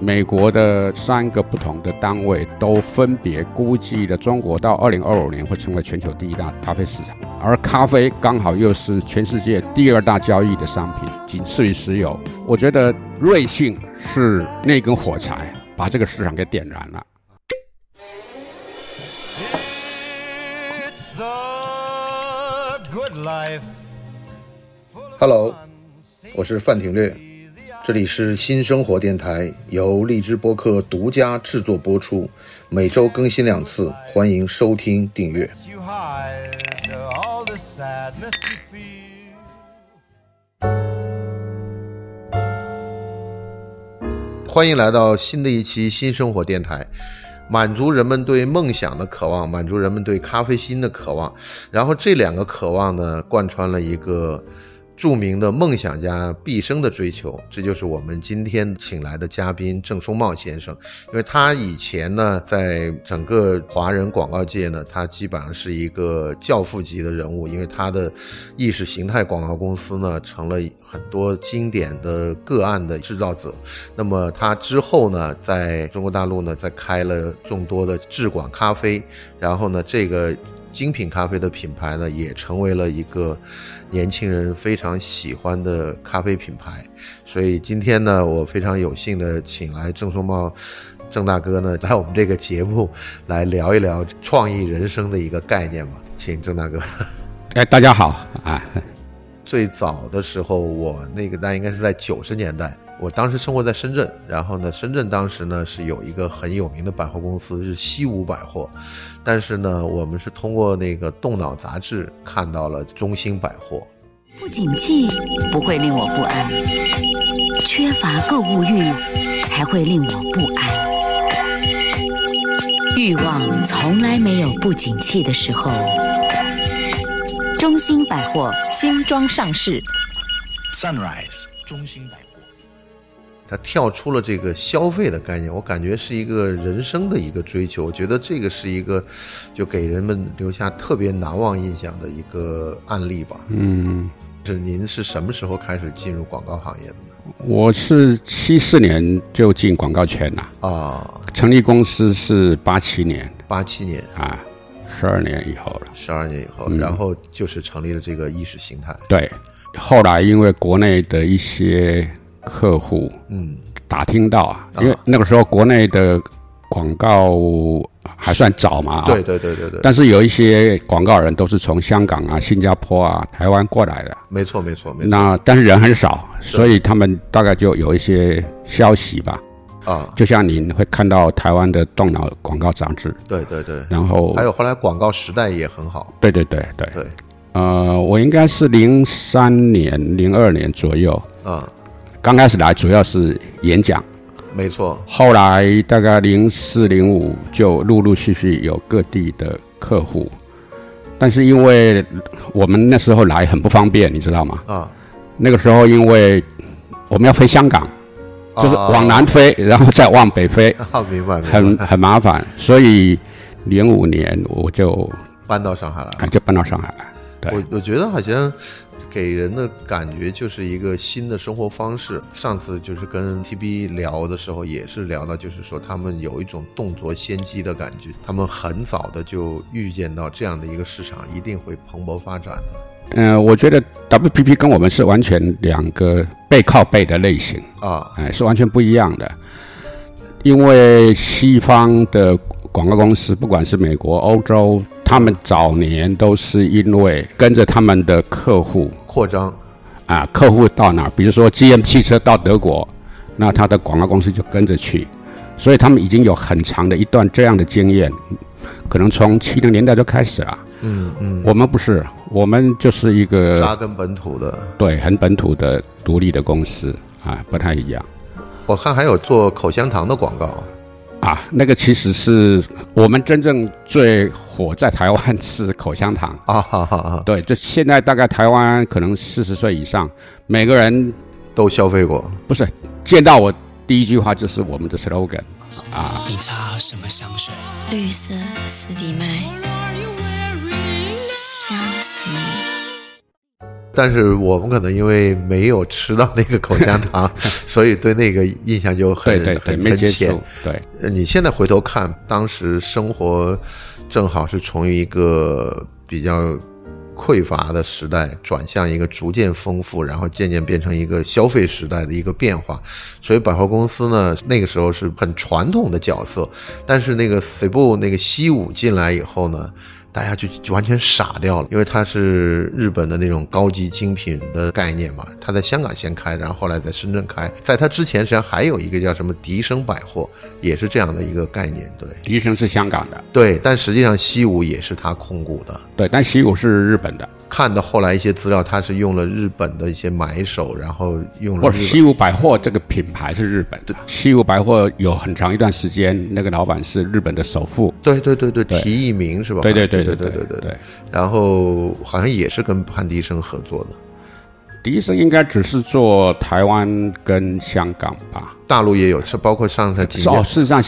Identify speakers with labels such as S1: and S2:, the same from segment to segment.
S1: 美国的三个不同的单位都分别估计了中国到二零二五年会成为全球第一大咖啡市场，而咖啡刚好又是全世界第二大交易的商品，仅次于石油。我觉得瑞幸是那根火柴，把这个市场给点燃了。
S2: It's the good life.
S3: Hello，我是范廷略，这里是新生活电台，由荔枝播客独家制作播出，每周更新两次，欢迎收听订阅。
S2: You hide all the sadness you feel.
S3: 欢迎来到新的一期新生活电台，满足人们对梦想的渴望，满足人们对咖啡心的渴望。然后这两个渴望呢，贯穿了一个著名的梦想家毕生的追求。这就是我们今天请来的嘉宾郑松茂先生，因为他以前呢，在整个华人广告界呢，他基本上是一个教父级的人物，因为他的意识形态广告公司呢，成了很多经典的个案的制造者。那么他之后呢，在中国大陆呢，再开了众多的智广咖啡，然后呢，这个精品咖啡的品牌呢，也成为了一个年轻人非常喜欢的咖啡品牌。所以今天呢，我非常有幸的请来郑松茂。郑大哥呢，来我们这个节目来聊一聊创意人生的一个概念吧，请郑大哥。
S1: 哎，大家好啊！
S3: 最早的时候，我那个那应该是在九十年代，我当时生活在深圳，然后呢，深圳当时呢是有一个很有名的百货公司是西武百货，但是呢，我们是通过那个《动脑》杂志看到了中兴百货，
S4: 不景气不会令我不安，缺乏购物欲才会令我不安。欲望从来没有不景气的时候。中兴百货新装上市，
S5: Sunrise 中兴百货。
S3: 它跳出了这个消费的概念，我感觉是一个人生的一个追求。我觉得这个是一个，就给人们留下特别难忘印象的一个案例吧。
S1: 嗯，
S3: 是您是什么时候开始进入广告行业的呢？
S1: 我是七四年就进广告圈了，
S3: 啊，
S1: 成立公司是八七年
S3: 八七年。
S1: 啊，十二年以后了。
S3: 十二年以后，
S1: 嗯
S3: 然后就是成立了这个意识形态。
S1: 对，后来因为国内的一些客户
S3: 嗯
S1: 打听到啊，因为那个时候国内的广告还算早嘛、啊，
S3: 对。对对对对，
S1: 但是有一些广告人都是从香港啊、新加坡啊、台湾过来的，
S3: 没错没错没错
S1: 那但是人很少，所以他们大概就有一些消息吧。
S3: 啊，
S1: 就像您会看到台湾的动脑广告杂志，
S3: 对对对。
S1: 然后
S3: 还有后来广告时代也很好，
S1: 对对对对，
S3: 对
S1: 呃，我应该是零三年、零二年左右
S3: 啊，
S1: 刚开始来，主要是演讲。
S3: 没错
S1: 后来大概零四零五就陆陆续续有各地的客户，但是因为我们那时候来很不方便，你知道吗？
S3: 啊，
S1: 那个时候因为我们要飞香港，就是
S3: 啊
S1: 往南飞， 然后再往北飞，
S3: 啊，明白明
S1: 很
S3: 白，
S1: 很麻烦，所以零五年我就
S3: 搬到上海来了。
S1: 就搬到上海来。对
S3: 我我觉得好像给人的感觉就是一个新的生活方式。上次就是跟 TB 聊的时候，也是聊到，就是说他们有一种动作先机的感觉，他们很早的就预见到这样的一个市场一定会蓬勃发展的
S1: 嗯、我觉得 WPP 跟我们是完全两个背靠背的类型。
S3: 啊。
S1: 哎，是完全不一样的。因为西方的广告公司，不管是美国、欧洲，他们早年都是因为跟着他们的客户
S3: 扩张
S1: 啊，客户到哪儿，比如说 GM 汽车到德国，那他的广告公司就跟着去，所以他们已经有很长的一段这样的经验，可能从七零年代就开始了。
S3: 嗯嗯，
S1: 我们不是，我们就是一个
S3: 扎根本土的。
S1: 对很本土的独立的公司啊，不太一样。
S3: 我看还有做口香糖的广告，
S1: 啊，那个其实是我们真正最火在台湾 是口香糖。
S3: 啊哈哈哈，
S1: 对，就现在大概台湾可能四十岁以上，每个人
S3: 都消费过。
S1: 不是见到我第一句话就是我们的 slogan 啊，
S5: 你擦什么香水？
S6: 绿色斯迪麦，想死你。
S3: 但是我们可能因为没有吃到那个口香 糖，所以对那个印象就很
S1: 对对对，
S3: 很
S1: 没
S3: 很
S1: 接
S3: 浅
S1: 触。，对，
S3: 呃你现在回头看，当时生活正好是从一个比较匮乏的时代转向一个逐渐丰富，然后渐渐变成一个消费时代的一个变化。所以百货公司呢，那个时候是很传统的角色，但是那个 C 部那个西武进来以后呢。大家就就完全傻掉了，因为它是日本的那种高级精品的概念嘛。它在香港先开，然后后来在深圳开。在它之前，实际上还有一个叫什么迪生百货，也是这样的一个概念。对
S1: 医生是香港的，
S3: 对，但实际上西武也是它控股的。
S1: 对，但西谷是日本的，
S3: 看到后来一些资料，它是用了日本的一些买手，然后用了
S1: 或者
S3: 日
S1: 西武百货这个品牌是日本的。西武百货有很长一段时间，那个老板是日本的首富。
S3: 本对对对对提一名是吧？
S1: 对对
S3: 对
S1: 对
S3: 对
S1: 对
S3: 对。然后好像也是跟潘迪生合作的，
S1: 迪医生应该只是做台湾跟香港吧？
S3: 大陆也有，是包括上海
S1: 是哦，事实上，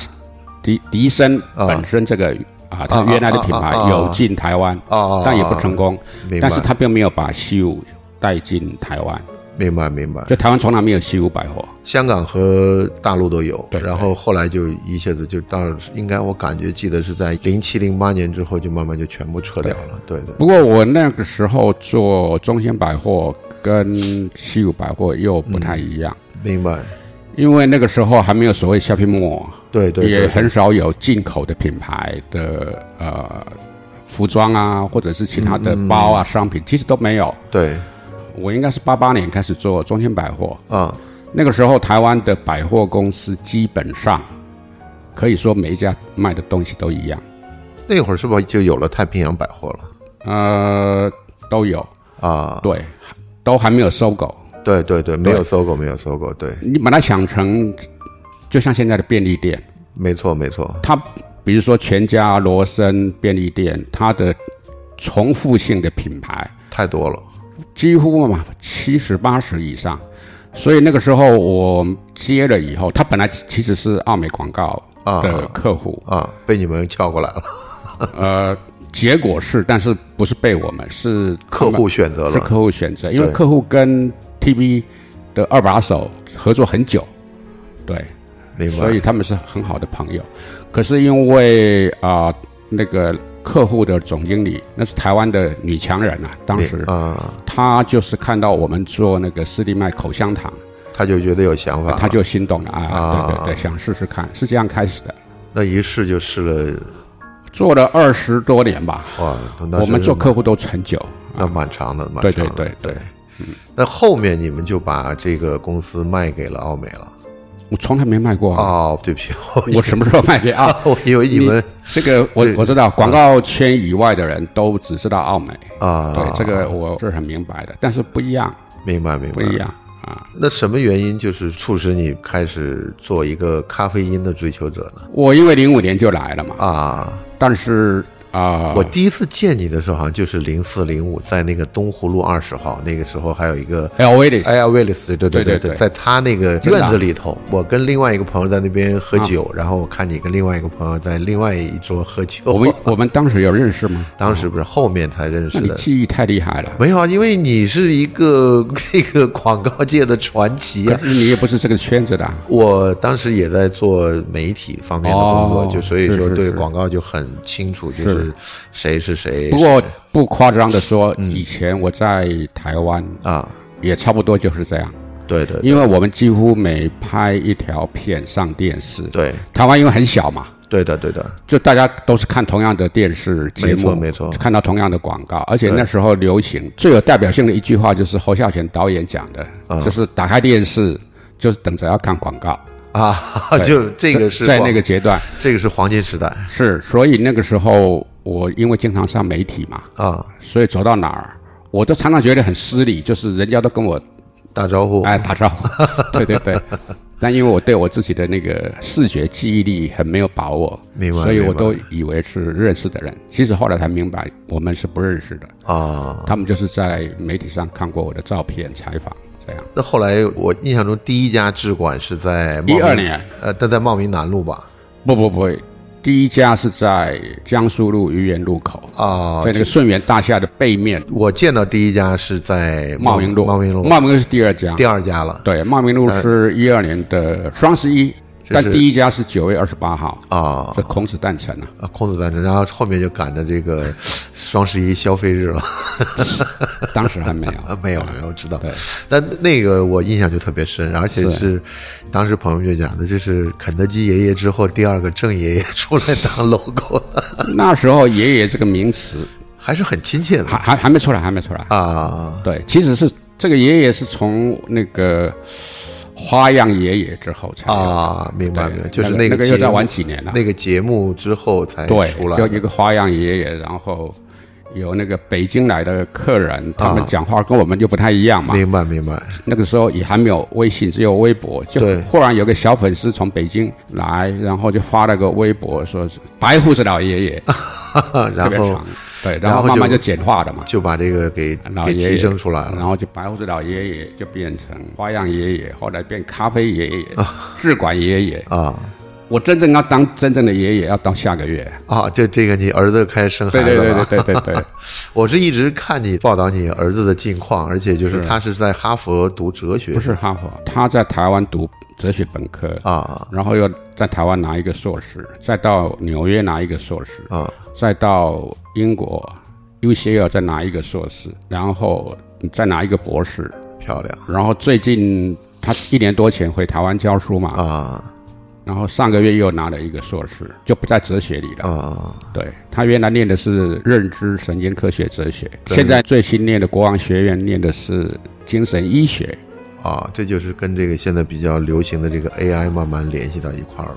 S1: 迪迪医生
S3: 啊
S1: 本身这个啊，
S3: 啊
S1: 他
S3: 啊
S1: 原来的品
S3: 啊
S1: 牌
S3: 啊啊
S1: 有进台湾，
S3: 啊，
S1: 但也不成。功。
S3: 明白
S1: 但是他并没有把西武带进台湾，
S3: 明白明白，
S1: 就台湾从来没有西武百货。
S3: 香港和大陆都有，
S1: 对
S3: 然后后来就一下子就到，应该我感觉记得是在零七零八年之后就慢慢就全部撤掉了，对对，
S1: 不过我那个时候做中心百货跟西武百货又不太一样。
S3: 明白，
S1: 因为那个时候还没有所谓 shopping mall，
S3: 对对
S1: 也
S3: 对，
S1: 很少有进口的品牌的呃服装啊，或者是其他
S3: 嗯
S1: 的包啊、商品，其实都没有。
S3: 对
S1: 我应该是八八年开始做中心百货，
S3: 啊，
S1: 那个时候台湾的百货公司基本上可以说每一家卖的东西都一样，
S3: 那会儿是不是就有了太平洋百货了
S1: 呃，都有，
S3: 啊？
S1: 对，都还没有收购。
S3: 对对对，没有搜狗，没有搜狗，对，
S1: 你把它想成，就像现在的便利店，
S3: 没错没错，
S1: 它比如说全家、啊罗森便利店，它的重复性的品牌
S3: 太多了，
S1: 几乎嘛七十八十以上，所以那个时候我接了以后，他本来其实是奥美广告的客户，
S3: 啊，被你们撬 过来了，
S1: 呃，结果是，但是不是被我们是
S3: 客户选择
S1: 是
S3: 了，
S1: 客户选择，因为
S3: 对
S1: 客户跟 TB 的二把手合作很久，对，
S3: 明白
S1: 所以他们是很好的朋友。可是因为啊、那个客户的总经理那是台湾的女强人啊，当时
S3: 啊，
S1: 她就是看到我们做那个私立麦口香糖，
S3: 他就觉得有想法了，
S1: 她就心动了啊，
S3: 啊
S1: 对对对，想试试看，是这样开始的。
S3: 那一试就试了，
S1: 做了二十多年吧，
S3: 哇，那
S1: 我们做
S3: 真是
S1: 客户都很久，
S3: 那蛮长的，蛮
S1: 对
S3: 长的，
S1: 对对对
S3: 那后面你们就把这个公司卖给了奥美了？
S1: 我从来没卖过啊，
S3: 哦，对不起，我
S1: 我什么时候卖给啊？
S3: 我以为你们
S1: 这个我我知道，广告圈以外的人都只知道奥美，
S3: 啊，嗯
S1: 对这个我是很明白的，但是不一样，
S3: 明白明
S1: 不
S3: 白
S1: 一。样啊。
S3: 那什么原因就是促使你开始做一个咖啡因的追求者呢？
S1: 我因为零五年就来了嘛，
S3: 啊，
S1: 但是啊、
S3: 我第一次见你的时候好像就是零四零五，在那个东湖路二十号，那个时候还有一个
S1: L V 的
S3: 哎呀，威利斯，对对
S1: 对对
S3: 对，
S1: 对
S3: 在他那个
S1: 真的啊
S3: 院子里头，我跟另外一个朋友在那边喝
S1: 啊
S3: 酒，然后我看你跟另外一个朋友在另外一桌喝酒，
S1: 我们我们当时有认识吗？
S3: 当时不是后面才认
S1: 那
S3: 识
S1: 你
S3: 的。
S1: 记忆太厉害了，
S3: 没有啊，因为你是一个 这个广告界的传奇
S1: 可
S3: 啊。
S1: 是你也不是这个圈子的啊，
S3: 我当时也在做媒体方面的工作，
S1: 哦
S3: 就所以
S1: 是
S3: 说
S1: 是
S3: 对
S1: 是
S3: 广告就很清楚，就是是谁是嗯谁。
S1: 不过不夸张的说，以前我在台湾
S3: 啊，
S1: 也差不多就是这样，
S3: 对对对
S1: 因为我们几乎每拍一条片上电视，
S3: 对
S1: 台湾因为很小嘛，
S3: 对的对的，
S1: 就大家都是看同样的电视节目，
S3: 没错没错
S1: 看到同样的广告，而且那时候流行最有代表性的一句话就是侯孝贤导演讲的，就是打开电视就是等着要看广告，
S3: 啊，
S1: 对
S3: 就这个是
S1: 在在
S3: 广
S1: 那个阶段
S3: 这个是黄金时代
S1: 是，所以那个时候我因为经常上媒体嘛，
S3: 啊，
S1: 所以走到哪儿我都常常觉得很失礼，就是人家都跟我
S3: 打招呼
S1: 哎打招呼， 对对对。但因为我对我自己的那个视觉记忆力很没有把握，
S3: 明白
S1: 所以我
S3: 明白
S1: 都以为是认识的人，其实后来才明白我们是不认识的。
S3: 啊，
S1: 他们就是在媒体上看过我的照片、采访这样。
S3: 那后来我印象中第一家制馆是在茂名
S1: 12年，
S3: 呃，但在茂名南路吧？
S1: 不不不，第一家是在江苏路愚园路口，
S3: 啊，
S1: 在那个顺源大厦的背面，
S3: 我见到第一家是在
S1: 茂名路，
S3: 茂名路
S1: 茂名路是第二家，
S3: 第二家了。
S1: 啊对，茂名路是一二年的双十一，但第一家是九月二十八号，
S3: 啊
S1: 这孔子诞辰啊。
S3: 啊，孔子诞辰，然后后面就赶着这个双十一消费日了。
S1: 当时还没有，
S3: 啊 ，没有没有，知道
S1: 对。
S3: 但那个我印象就特别深，而且是当时朋友就讲的，这是肯德基爷爷之后第二个郑爷爷出来当 logo 了，
S1: 那时候爷爷这个名词
S3: 还是很亲切的
S1: 还还还没出来，还没出来。
S3: 啊。
S1: 对，其实是这个爷爷是从那个花样爷爷之后才有
S3: 啊，明白
S1: 对
S3: 明白，就是
S1: 哎那个那个
S3: 节
S1: 又
S3: 目
S1: 再晚几年了
S3: 那个节目之后才
S1: 对
S3: 哎出，来
S1: 就
S3: 的，
S1: 一个花样爷爷，然后有那个北京来的客人，他们
S3: 啊
S1: 讲话跟我们就不太一样嘛。
S3: 明白 明白
S1: 那个时候也还没有微信，只有微博。就
S3: 对
S1: 忽然有个小粉丝从北京来，然后就发了个微博，说是白胡子老爷爷，
S3: 啊，
S1: 特
S3: 然
S1: 别
S3: 后
S1: 长。对，
S3: 然
S1: 然后
S3: 后
S1: 慢慢
S3: 就
S1: 就简化的嘛，
S3: 就把这个给
S1: 老
S3: 给
S1: 爷爷
S3: 提升出来
S1: 然
S3: 了。
S1: 后就白胡子老爷爷就变成花样爷爷，后来变咖啡爷爷、质管爷爷。
S3: 啊
S1: 我真正要当真正的爷爷，要到下个月。
S3: 啊！就这个，你儿子开始生孩
S1: 对
S3: 子了。啊
S1: 对对对对对对，
S3: 我是一直看你报道你儿子的近况，而且就是他是在哈佛读哲学，
S1: 不是哈佛，他在台湾读哲学本科，
S3: 啊
S1: 然后又在台湾拿一个硕士，再到纽约拿一个硕士，
S3: 啊
S1: 再到英国 UCL 再拿一个硕士，然后你再拿一个博士，
S3: 漂亮
S1: 然后最近他一年多前回台湾教书嘛，
S3: 啊
S1: 然后上个月又拿了一个硕士，就不在哲学里了。
S3: 啊
S1: 对他原来念的是认知神经科学哲学，现在最新念的国王学院念的是精神医学。
S3: 啊！这就是跟这个现在比较流行的这个 AI 慢慢联系到一块儿了。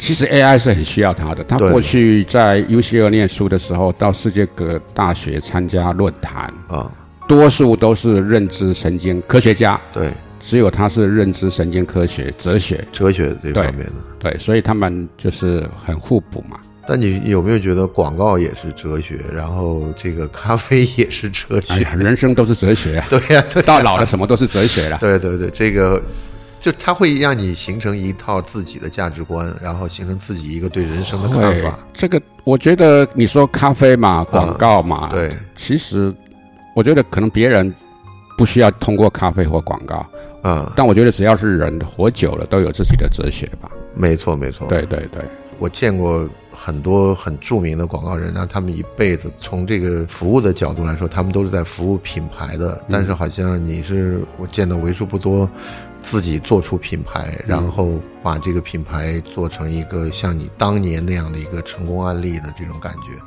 S1: 其实 AI 是很需要他的。他
S3: 对
S1: 过去在 UCL 念书的时候，到世界各大学参加论坛，
S3: 啊，
S1: 多数都是认知神经科学家，
S3: 对
S1: 只有他是认知神经科学哲学。
S3: 哲学
S1: 对
S3: 这方面的。
S1: 对，所以他们就是很互补嘛。
S3: 但你有没有觉得广告也是哲学，然后这个咖啡也是哲
S1: 哎
S3: 学？
S1: 呀，人生都是哲学 啊，
S3: 对呀、对
S1: 到老了什么都是哲学了。
S3: 对对对，这个就它会让你形成一套自己的价值观，然后形成自己一个对人生的看
S1: 对
S3: 法。啊
S1: 这个，我觉得你说咖啡嘛，广告嘛，
S3: 对，
S1: 其实我觉得可能别人不需要通过咖啡或广告，
S3: 啊、
S1: 但我觉得只要是人活久了，都有自己的哲学吧。
S3: 没错没错。
S1: 对对对，
S3: 我见过很多很著名的广告人，那他们一辈子从这个服务的角度来说，他们都是在服务品牌的。但是好像你是我见的为数不多，自己做出品牌，然后把这个品牌做成一个像你当年那样的一个成功案例的这种感觉。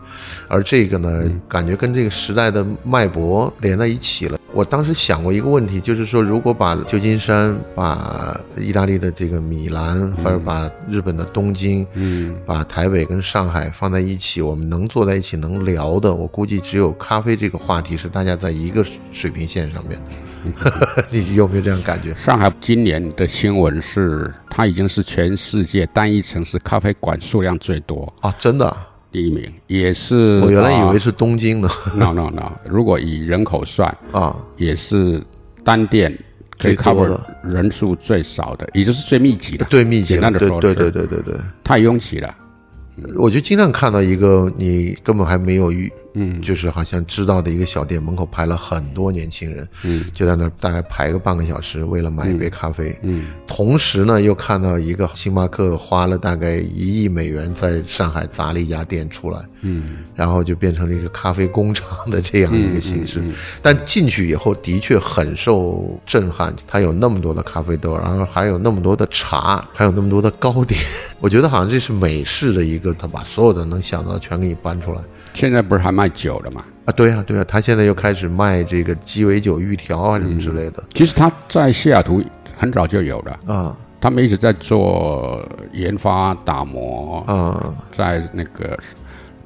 S3: 而这个呢，
S1: 嗯
S3: 感觉跟这个时代的脉搏连在一起了。我当时想过一个问题，就是说，如果把旧金山、把意大利的这个米兰，或者把日本的东京，嗯，把台北跟上海放在一起，我们能坐在一起能聊的，我估计只有咖啡这个话题是大家在一个水平线上面 的。你有没有这样感觉？
S1: 上海今年的新闻是，它已经是全世界单一城市咖啡馆数量最多
S3: 啊，真的啊，
S1: 第一名，也是
S3: 我原来以为是东京呢。
S1: 啊 no no no，如果以人口算，
S3: 啊，
S1: 也是单店可以
S3: 最多
S1: cover
S3: 的
S1: 人数最少的，也就是最密集的。
S3: 对，密集
S1: 简
S3: 了，
S1: 单的
S3: 对
S1: 说，
S3: 对对，对对对。
S1: 太拥挤了。
S3: 我就经常看到一个你根本还没有遇，嗯，就是好像知道的一个小店门口排了很多年轻人，嗯，就在那儿大概排个半个小时，为了买一杯咖啡，嗯，同时呢又看到一个星巴克花了大概一亿美元在上海砸了一家店出来，嗯，然后就变成了一个咖啡工厂的这样一个形式，但进去以后的确很受震撼，它有那么多的咖啡豆，然后还有那么多的茶，还有那么多的糕点，我觉得好像这是美式的一个，他把所有的能想到的全给你搬出来
S1: 现在不是还卖酒了吗？
S3: 啊！对呀、对呀、他现在又开始卖这个鸡尾酒玉条啊什么之类的、
S1: 其实它在西雅图很早就有了，
S3: 啊
S1: 他们一直在做研发打磨，
S3: 啊！
S1: 在那个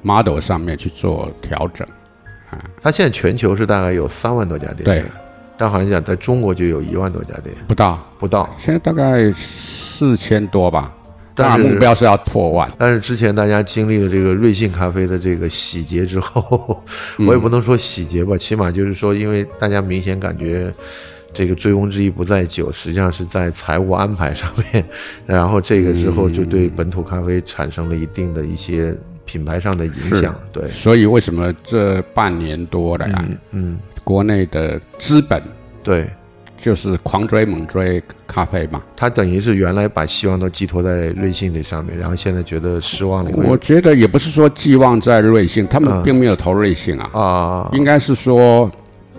S1: model 上面去做调整。
S3: 他现在全球是大概有三万多家店，
S1: 对，
S3: 但好像讲在中国就有一万多家店
S1: 不到，
S3: 不到。
S1: 现在大概四千多吧，当
S3: 但
S1: 然
S3: 是
S1: 目标是要破万。
S3: 但是之前大家经历了这个瑞幸咖啡的这个洗劫
S1: 嗯
S3: 之后，我也不能说洗劫吧，起码就是说，因为大家明显感觉这个醉翁之意不在酒，实际上是在财务安排上面。然后这个之后就对本土咖啡产生了一定的一些品牌上的影响。对，
S1: 所以为什么这半年多来啊，
S3: 嗯，
S1: 国内的资本
S3: 对，
S1: 就是狂追猛追咖啡嘛？
S3: 他等于是原来把希望都寄托在瑞幸这上面，然后现在觉得失望了一个
S1: 我觉得也不是说寄望在瑞幸，他们
S3: 嗯
S1: 并没有投瑞幸啊，
S3: 啊，
S1: 应该是说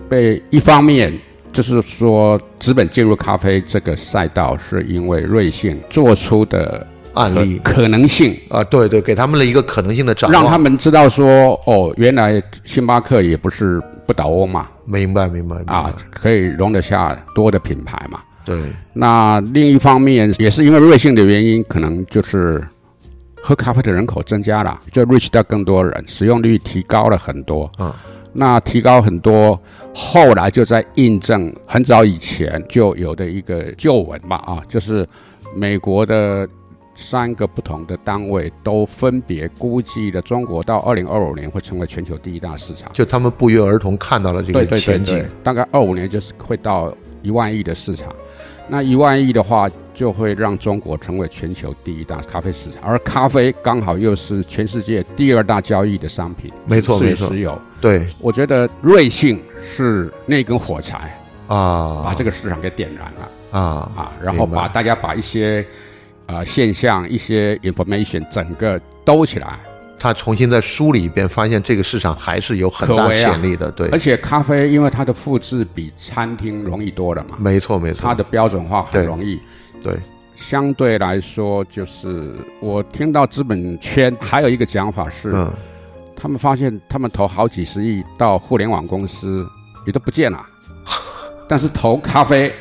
S1: 被一方面就是说资本进入咖啡这个赛道，是因为瑞幸做出的
S3: 案例
S1: 可可能性。
S3: 啊，对对，给他们了一个可能性的展望。
S1: 让他们知道说，哦，原来星巴克也不是不倒翁嘛，
S3: 明白明白明白
S1: 啊，可以容得下多的品牌嘛。
S3: 对，
S1: 那另一方面，也是因为瑞幸的原因，可能就是喝咖啡的人口增加了，就 reach 到更多人，使用率提高了很多。
S3: 嗯，
S1: 那提高很多，后来就在印证很早以前就有的一个旧闻吧，啊，就是美国的。三个不同的单位都分别估计了中国到二零二五年会成为全球第一大市场。
S3: 就他们不约而同看到了这
S1: 对
S3: 个
S1: 对对对
S3: 前景，，
S1: 大概二五年就是会到一万亿的市场。那一万亿的话，就会让中国成为全球第一大咖啡市场，而咖啡刚好又是全世界第二大交易的商品，
S3: 没错
S1: 是
S3: 没错
S1: 石油。
S3: 对
S1: 我觉得瑞幸是那根火柴，
S3: 啊，
S1: 把这个市场给点燃了
S3: 个啊
S1: 啊，然后
S3: 明白
S1: 把大家把一些呃现象、一些 information 整个兜起来，
S3: 他重新再梳理一遍，发现这个市场还是有很
S1: 可
S3: 大
S1: 为啊
S3: 潜力的。对
S1: 而，且咖啡因为它的复制比餐厅容易多了嘛，
S3: 没错没错，
S1: 它的标准化很
S3: 对
S1: 容易。
S3: 对
S1: 相对来说，就是我听到资本圈还有一个讲法是，
S3: 嗯
S1: 他们发现他们投好几十亿到互联网公司也都不见 了，但是投咖啡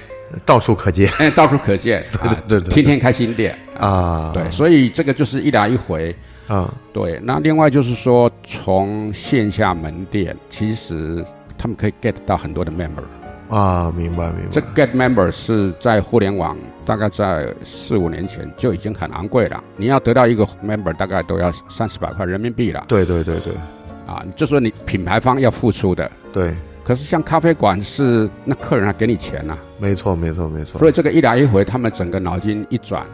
S3: 到处可见
S1: 哎到处可见，对
S3: 对对对
S1: 天天开新店，
S3: 啊，
S1: 对，所以这个就是一来一回。
S3: 啊
S1: 对，那另外就是说，从线下门店，其实他们可以 get 到很多的 member。
S3: 啊，明白明白，
S1: 这 get member 是在互联网大概在四五年前就已经很昂贵了，你要得到一个 member 大概都要三四百块人民币了
S3: 对对对对
S1: 啊，就说你品牌方要付出的。
S3: 对，
S1: 可是像咖啡馆是那客人还给你钱呐、啊
S3: 没错没错没错，
S1: 所以这个一来一回，他们整个脑筋一转，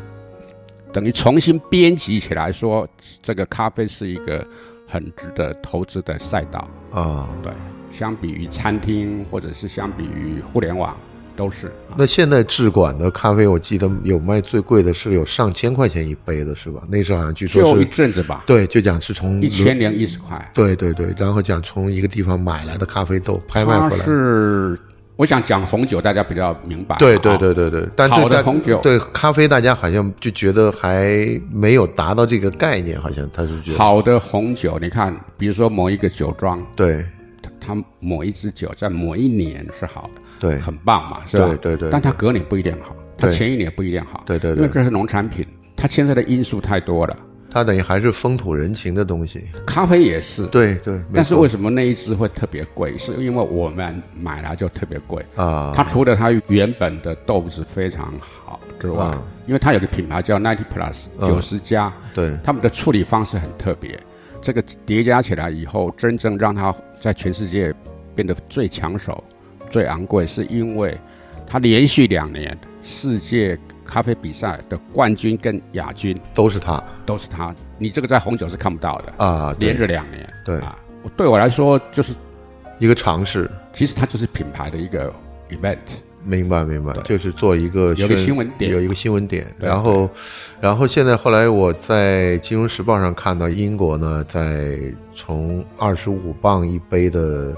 S1: 等于重新编辑起来说，这个咖啡是一个很值得投资的赛道。
S3: 啊。
S1: 对，相比于餐厅或者是相比于互联网，都是啊
S3: 那现在制管的咖啡，我记得有卖最贵的是有上千块钱一杯的，是吧？那时候好像据说
S1: 就是一阵子吧，
S3: 对，就讲是从
S1: 一千零一十块。
S3: 对对对，然后讲从一个地方买来的咖啡豆拍卖
S1: 它
S3: 回来。
S1: 是，我想讲红酒，大家比较明白。
S3: 对
S1: 啊
S3: 对对对对，但
S1: 好
S3: 对
S1: 的
S3: 但
S1: 红酒
S3: 对咖啡，大家好像就觉得还没有达到这个概念，好像他是觉得
S1: 好的红酒，你看，比如说某一个酒庄，
S3: 对
S1: 它某一支酒在某一年是好的，
S3: 对
S1: 很棒嘛，是吧？
S3: 对对对
S1: 但它隔年不一定好，它
S3: 对
S1: 前一年不一定好，
S3: 对对
S1: 因为
S3: 对
S1: 这是农产品，它牵涉的因素太多了。
S3: 他等于还是风土人情的东西。
S1: 咖啡也是，
S3: 对对，没
S1: 但是
S3: 错
S1: 为什么那一支会特别贵？是因为我们买来就特别贵。
S3: 啊
S1: 它除了它原本的豆子非常好之外，
S3: 啊
S1: 因为它有个品牌叫 Ninety Plus 九十加，
S3: 对
S1: 他们的处理方式很特别。这个叠加起来以后，真正让它在全世界变得最抢手、最昂贵，是因为它连续两年世界咖啡比赛的冠军跟亚军
S3: 都是他
S1: 都是它。你这个在红酒是看不到的，
S3: 啊，对
S1: 连着两年。
S3: 对
S1: 啊，我对我来说就是，
S3: 一个尝试，
S1: 其实它就是品牌的一个 event。
S3: 明白明白，就是做一个
S1: 有个
S3: 宣
S1: 新闻点
S3: 有一个新闻点。
S1: 对
S3: 然后，然后现在后来我在《金融时报》上看到，英国呢在从二十五磅一杯的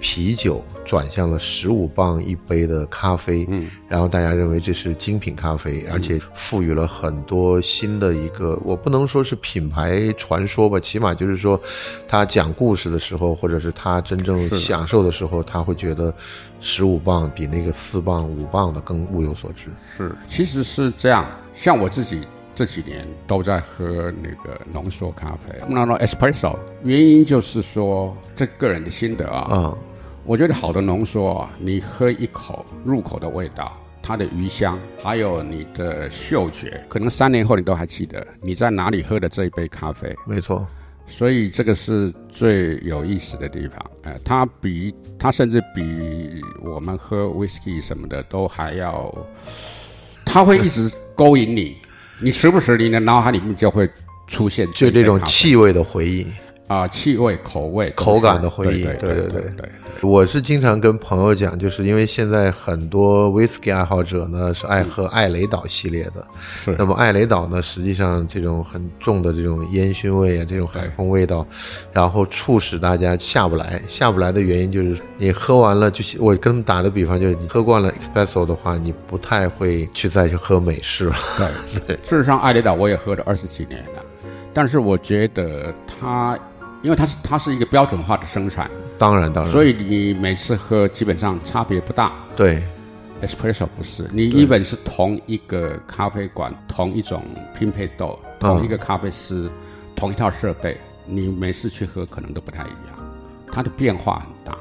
S3: 啤酒转向了十五磅一杯的咖啡，嗯，然后大家认为这是精品咖啡，而且赋予了很多新的一个，我不能说是品牌传说吧，起码就是说，他讲故事的时候，或者是他真正享受的时候，他会觉得十五磅比那个四磅、五磅的更物有所值。
S1: 是，其实是这样。像我自己这几年都在喝那个浓缩咖啡，那种 espresso，原因就是说这个人的心得啊，
S3: 啊、
S1: 我觉得好的浓缩啊，你喝一口入口的味道。它的余香，还有你的嗅觉，可能三年后你都还记得你在哪里喝的这一杯咖啡。
S3: 没错，
S1: 所以这个是最有意思的地方。呃，它比它甚至比我们喝 whisky 什么的都还要，它会一直勾引你，你时不时你的脑海里面就会出现
S3: 就
S1: 这
S3: 这
S1: 一杯
S3: 种
S1: 咖啡
S3: 气味的回忆。
S1: 啊、气味、口味、
S3: 口感的回忆
S1: 对对
S3: 对对
S1: 对
S3: 对我是经常跟朋友讲，就是因为现在很多 whisky 爱好者呢是爱喝艾雷岛系列的，
S1: 是
S3: 那么艾雷岛呢，实际上这种很重的这种烟熏味啊，这种海风味道，然后促使大家下不来。下不来的原因就是你喝完了就，我跟他们打的比方就是你喝惯了 espresso 的话，你不太会去再去喝美式了。
S1: 对对。事实上，艾雷岛我也喝了二十几年了，但是我觉得它，因为它是它是一个标准化的生产，
S3: 当然，当然，
S1: 所以你每次喝基本上差别不大。
S3: 对
S1: espresso 不是，你 even 是同一个咖啡馆、同一种拼配豆、
S3: 嗯
S1: 同一个咖啡师、同一套设备，你每次去喝可能都不太一样，它的变化很大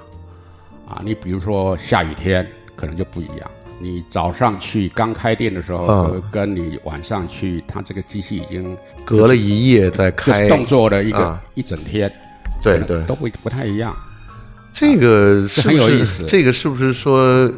S1: 啊。你比如说下雨天可能就不一样，你早上去刚开店的时候，
S3: 嗯
S1: 和跟你晚上去，它这个机器已经
S3: 隔了一夜再
S1: 就是
S3: 开，
S1: 动作了一个、
S3: 啊
S1: 一整天，
S3: 对
S1: 可能
S3: 对
S1: 都不不太一样。
S3: 这个是
S1: 啊
S3: 不是
S1: 很有意思
S3: 这个是不是说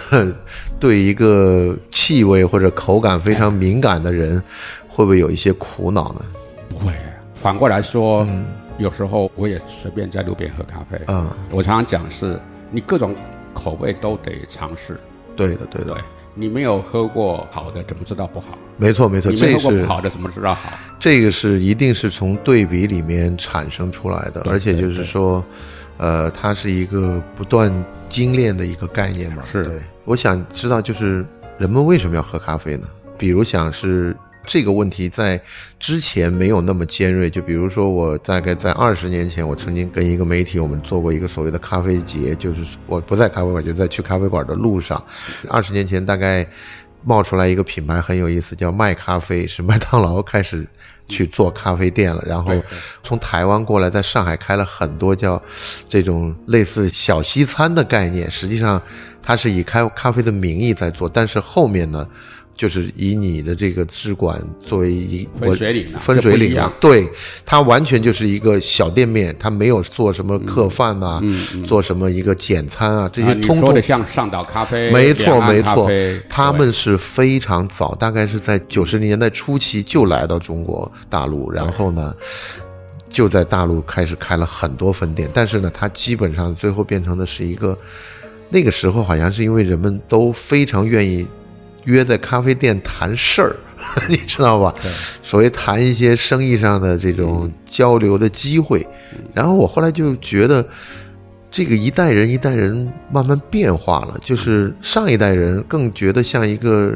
S3: 对一个气味或者口感非常敏感的人，会不会有一些苦恼呢？
S1: 不会。反过来说，
S3: 嗯
S1: 有时候我也随便在路边喝咖啡。
S3: 啊、
S1: 我常常讲是，你各种口味都得尝试。
S3: 对的，对的
S1: 对，，你没有喝过好的，怎么知道不好？
S3: 没错没错，
S1: 你没
S3: 这
S1: 喝过
S3: 是
S1: 不好的，怎么知道好？
S3: 这个是一定是从对比里面产生出来的，而且就是说，呃，它是一个不断精炼的一个概念嘛。
S1: 是
S3: 对，我想知道就是人们为什么要喝咖啡呢？比如想是。这个问题在之前没有那么尖锐，就比如说我大概在二十年前，我曾经跟一个媒体，我们做过一个所谓的咖啡节，就是我不在咖啡馆，就在去咖啡馆的路上。二十年前大概冒出来一个品牌很有意思，叫麦咖啡，是麦当劳开始去做咖啡店了，然后从台湾过来，在上海开了很多叫这种类似小西餐的概念，实际上它是以开咖啡的名义在做，但是后面呢，就是以你的这个支管作为一
S1: 分水岭了
S3: 分水
S1: 这不一
S3: 岭了
S1: 样，
S3: 对，它完全就是一个小店面，它没有做什么客饭呐、做什么一个简餐啊，这
S1: 嗯
S3: 些
S1: 啊你
S3: 通
S1: 说
S3: 通
S1: 的像上岛咖啡，
S3: 没错
S1: 两，岸
S3: 没
S1: 咖
S3: 错
S1: 啡，
S3: 他们是非常早，大概是在九十年代初期就来到中国大陆，然后呢，就在大陆开始开了很多分店。但是呢，它基本上最后变成的是一个，那个时候好像是因为人们都非常愿意约在咖啡店谈事儿， 你知道吧？所谓谈一些生意上的这种交流的机会。
S1: 嗯
S3: 然后我后来就觉得，这个一代人一代人慢慢变化了，就是上一代人更觉得像一个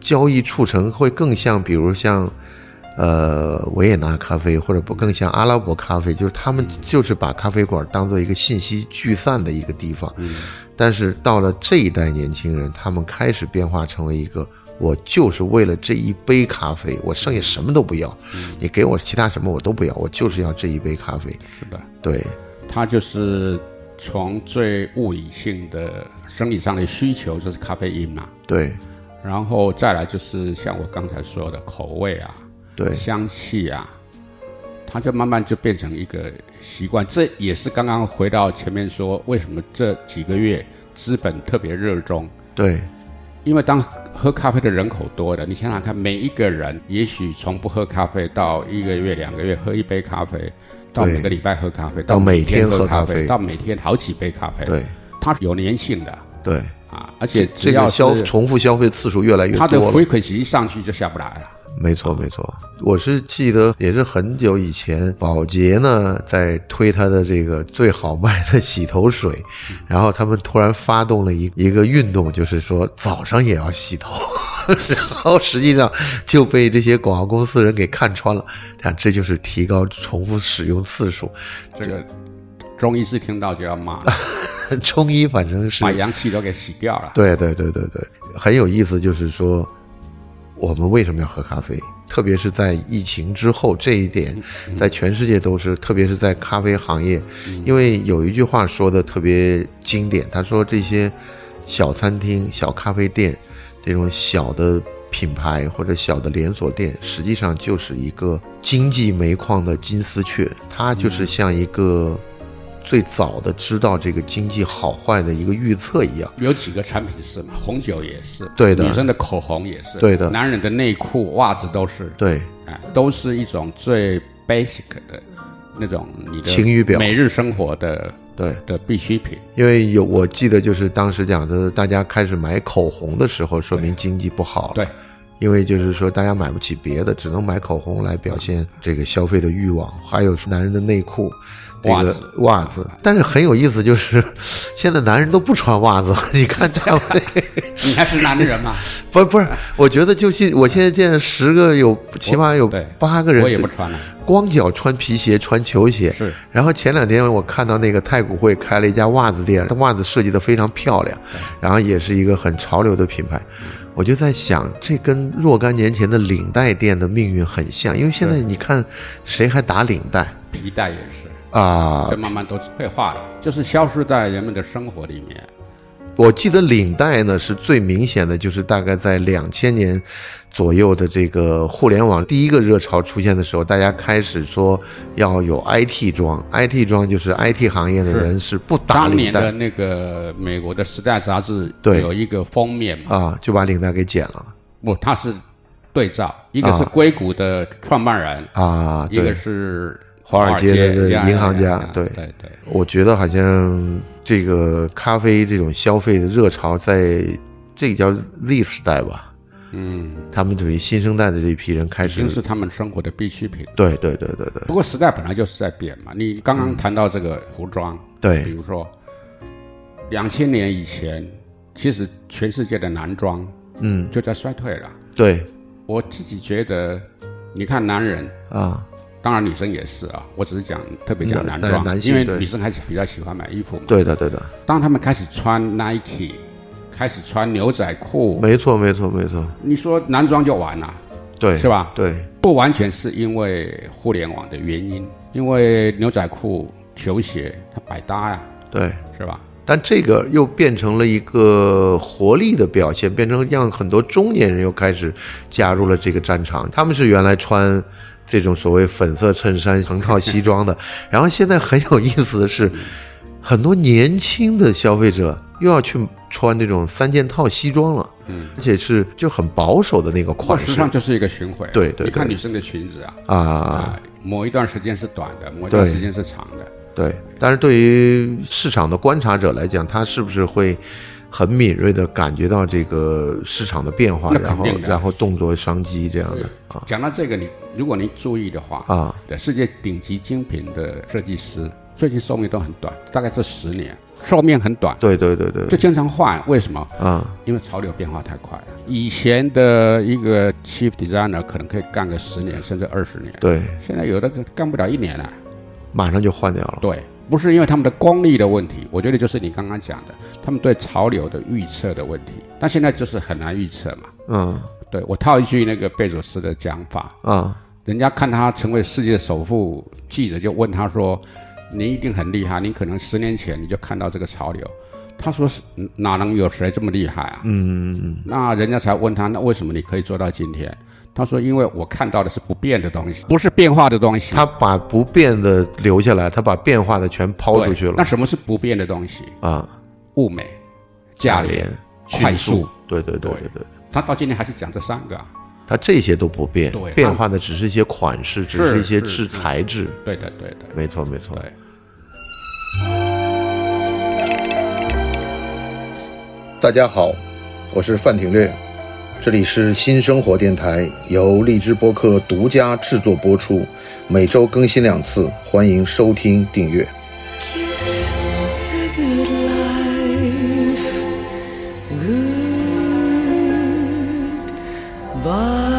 S3: 交易促成，会更像比如像。呃，维也纳咖啡或者不更像阿拉伯咖啡，就是他们就是把咖啡馆当做一个信息聚散的一个地方。但是到了这一代年轻人，他们开始变化成为一个，我就是为了这一杯咖啡，我剩下什么都不要，你给我其他什么我都不要，我就是要这一杯咖啡。
S1: 对是的，
S3: 对，
S1: 它就是从最物理性的生理上的需求就是咖啡因嘛，
S3: 对，
S1: 然后再来就是像我刚才说的口味啊，
S3: 对，
S1: 香气啊，它就慢慢就变成一个习惯。这也是刚刚回到前面说，为什么这几个月资本特别热衷？
S3: 对，
S1: 因为当喝咖啡的人口多了，你想想看，每一个人也许从不喝咖啡到一个月、两个月喝一杯咖啡，到
S3: 对
S1: 每个礼拜喝咖啡，
S3: 到每
S1: 每
S3: 天喝
S1: 喝
S3: 咖啡
S1: 啡，到每天好几杯咖啡，
S3: 对，
S1: 它是有粘性的
S3: 对，
S1: 啊，而且
S3: 这
S1: 只要
S3: 个消
S1: 是
S3: 重复消费次数越来越
S1: 它的
S3: 多了。
S1: frequency 一上去就下不来了。
S3: 没错，没错，我是记得也是很久以前，宝洁呢在推它的这个最好卖的洗头水，然后他们突然发动了一一个运动，就是说早上也要洗头， 然后实际上就被这些广告公司人给看穿了，看这就是提高重复使用次数。
S1: 这个中医师听到就要骂了。
S3: 中医反正是
S1: 把阳气都给洗掉了。
S3: 对对对对对，很有意思，就是说我们为什么要喝咖啡？特别是在疫情之后，这一点在全世界都是，特别是在咖啡行业，因为有一句话说的特别经典，他说这些小餐厅、小咖啡店这种小的品牌或者小的连锁店，实际上就是一个经济煤矿的金丝雀，它就是像一个最早的知道这个经济好坏的一个预测一样。
S1: 有几个产品是嘛，红酒也是，
S3: 对的
S1: 女生的口红也是，
S3: 对的
S1: 男人的内裤、袜子都是，
S3: 对，
S1: 哎，都是一种最 basic 的那种你的
S3: 晴雨表
S1: 每日生活的
S3: 对，
S1: 的必需品。
S3: 因为有我记得就是当时讲的，大家开始买口红的时候，说明经济不好了。
S1: 对，
S3: 因为就是说大家买不起别的，只能买口红来表现这个消费的欲望，还有男人的内裤。这
S1: 袜
S3: 个
S1: 子
S3: 袜子，但是很有意思，就是现在男人都不穿袜子了。 你看这样，
S1: 你还是男人 嘛？
S3: 不是不是，我觉得就是我现在见十个有起码有
S1: 对
S3: 八个人
S1: 我也不穿了
S3: 光脚穿皮鞋穿球鞋。
S1: 是
S3: 然后前两天我看到那个太古汇开了一家袜子店，它袜子设计的非常漂亮，
S1: 嗯
S3: 然后也是一个很潮流的品牌。我就在想，这跟若干年前的领带店的命运很像，因为现在你看谁还打领带
S1: 皮带也是，
S3: 啊
S1: 这？慢慢都退化了，就是消失在人们的生活里面。
S3: 我记得领带呢是最明显的，就是大概在两千年左右的这个互联网第一个热潮出现的时候，大家开始说要有 IT 装，IT 装就是 IT 行业的人是不打
S1: 当
S3: 领
S1: 年的
S3: 带
S1: 那个美国的《时代》杂志
S3: 对
S1: 有一个封面嘛，
S3: 啊，就把领带给剪了
S1: 不，它是对照，一个是
S3: 啊
S1: 硅谷的创办人，
S3: 啊，
S1: 一个
S3: 对。
S1: 是
S3: 华尔街的
S1: 呀
S3: 银行家
S1: 呀呀
S3: 对
S1: 啊对对，
S3: 我觉得好像这个咖啡这种消费的热潮，在这个叫 Z 时代吧，
S1: 嗯，
S3: 他们属于新生代的这一批人开
S1: 已
S3: 始
S1: 经，是他们生活的必需品。
S3: 对对对对对
S1: 不过时代本来就是在变嘛，你刚刚谈到这个服装，比
S3: 嗯对
S1: 如说两千年以前，其实全世界的男装，嗯，就在衰退了。
S3: 对
S1: 我自己觉得，你看男人，
S3: 啊，
S1: 当然女生也是啊，我只是讲特别讲
S3: 男
S1: 男装，
S3: 男性
S1: 因为
S3: 对
S1: 女生还是比较喜欢买衣服嘛。
S3: 对的对的，
S1: 当他们开始穿 Nike，开始穿牛仔裤，
S3: 没错没错没错，
S1: 你说男装就完了，
S3: 对
S1: 是吧？
S3: 对
S1: 不完全是因为互联网的原因，因为牛仔裤、球鞋它百搭呀、
S3: 对，
S1: 是吧？
S3: 但这个又变成了一个活力的表现，变成让很多中年人又开始加入了这个战场。他们是原来穿这种所谓粉色衬衫、成套西 装的，然后现在很有意思的
S1: 嗯
S3: 是，很多年轻的消费者又要去穿这种三件套西装了，嗯，而且是就很保守的那个
S1: 过
S3: 款
S1: 时
S3: 式
S1: 尚就是一个巡回，啊
S3: 对对
S1: 你看
S3: 对
S1: 女生的裙子啊，
S3: 啊，
S1: 啊，某一段时间是短的，某一段
S3: 对
S1: 时间是长的。
S3: 对，但是对于市场的观察者来讲，他是不是会很敏锐地感觉到这个市场的变化，
S1: 那肯
S3: 然后
S1: 定的
S3: 然后动作商机这样的啊
S1: 讲到这个，你如果你注意的话，
S3: 啊，
S1: 的世界顶级精品的设计师，最近寿命都很短，大概这十年寿命很短，
S3: 对对对对
S1: 就经常换。为什么？
S3: 啊，
S1: 因为潮流变化太快了。以前的一个 chief designer 可能可以干个十年甚至二十年，
S3: 对，
S1: 现在有的可干不了一年了、
S3: 马上就换掉了，
S1: 对，不是因为他们的功力的问题，我觉得就是你刚刚讲的，他们对潮流的预测的问题。但现在就是很难预测嘛。
S3: 嗯
S1: 对我套一句那个贝佐斯的讲法，
S3: 啊
S1: 人家看他成为世界首富，记者就问他说：“您一定很厉害，您可能十年前你就看到这个潮流。”他说是：“嗯哪能有谁这么厉害啊？”嗯嗯嗯。那人家才问他：“那为什么你可以做到今天？”他说：“因为我看到的是不变的东西，不是变化的东西。
S3: 他把不变的留下来，他把变化的全抛
S1: 对
S3: 出去了
S1: 那什么是不变的东西？
S3: 啊，
S1: 物美、价廉、快
S3: 迅
S1: 速
S3: 速，。对对对对
S1: 对
S3: 对。
S1: 他到今天还是讲这三个、啊。
S3: 他这些都不变
S1: 对，
S3: 变化的只是一些款式，只是一些
S1: 是
S3: 制
S1: 是
S3: 材质。
S1: 对的，对的，
S3: 没错，没错。
S1: 对。
S3: 大家好，我是范廷略，这里是新生活电台，由荔枝播客独家制作播出，每周更新两次，欢迎收听订阅。
S6: kiss a good life. Goodbye.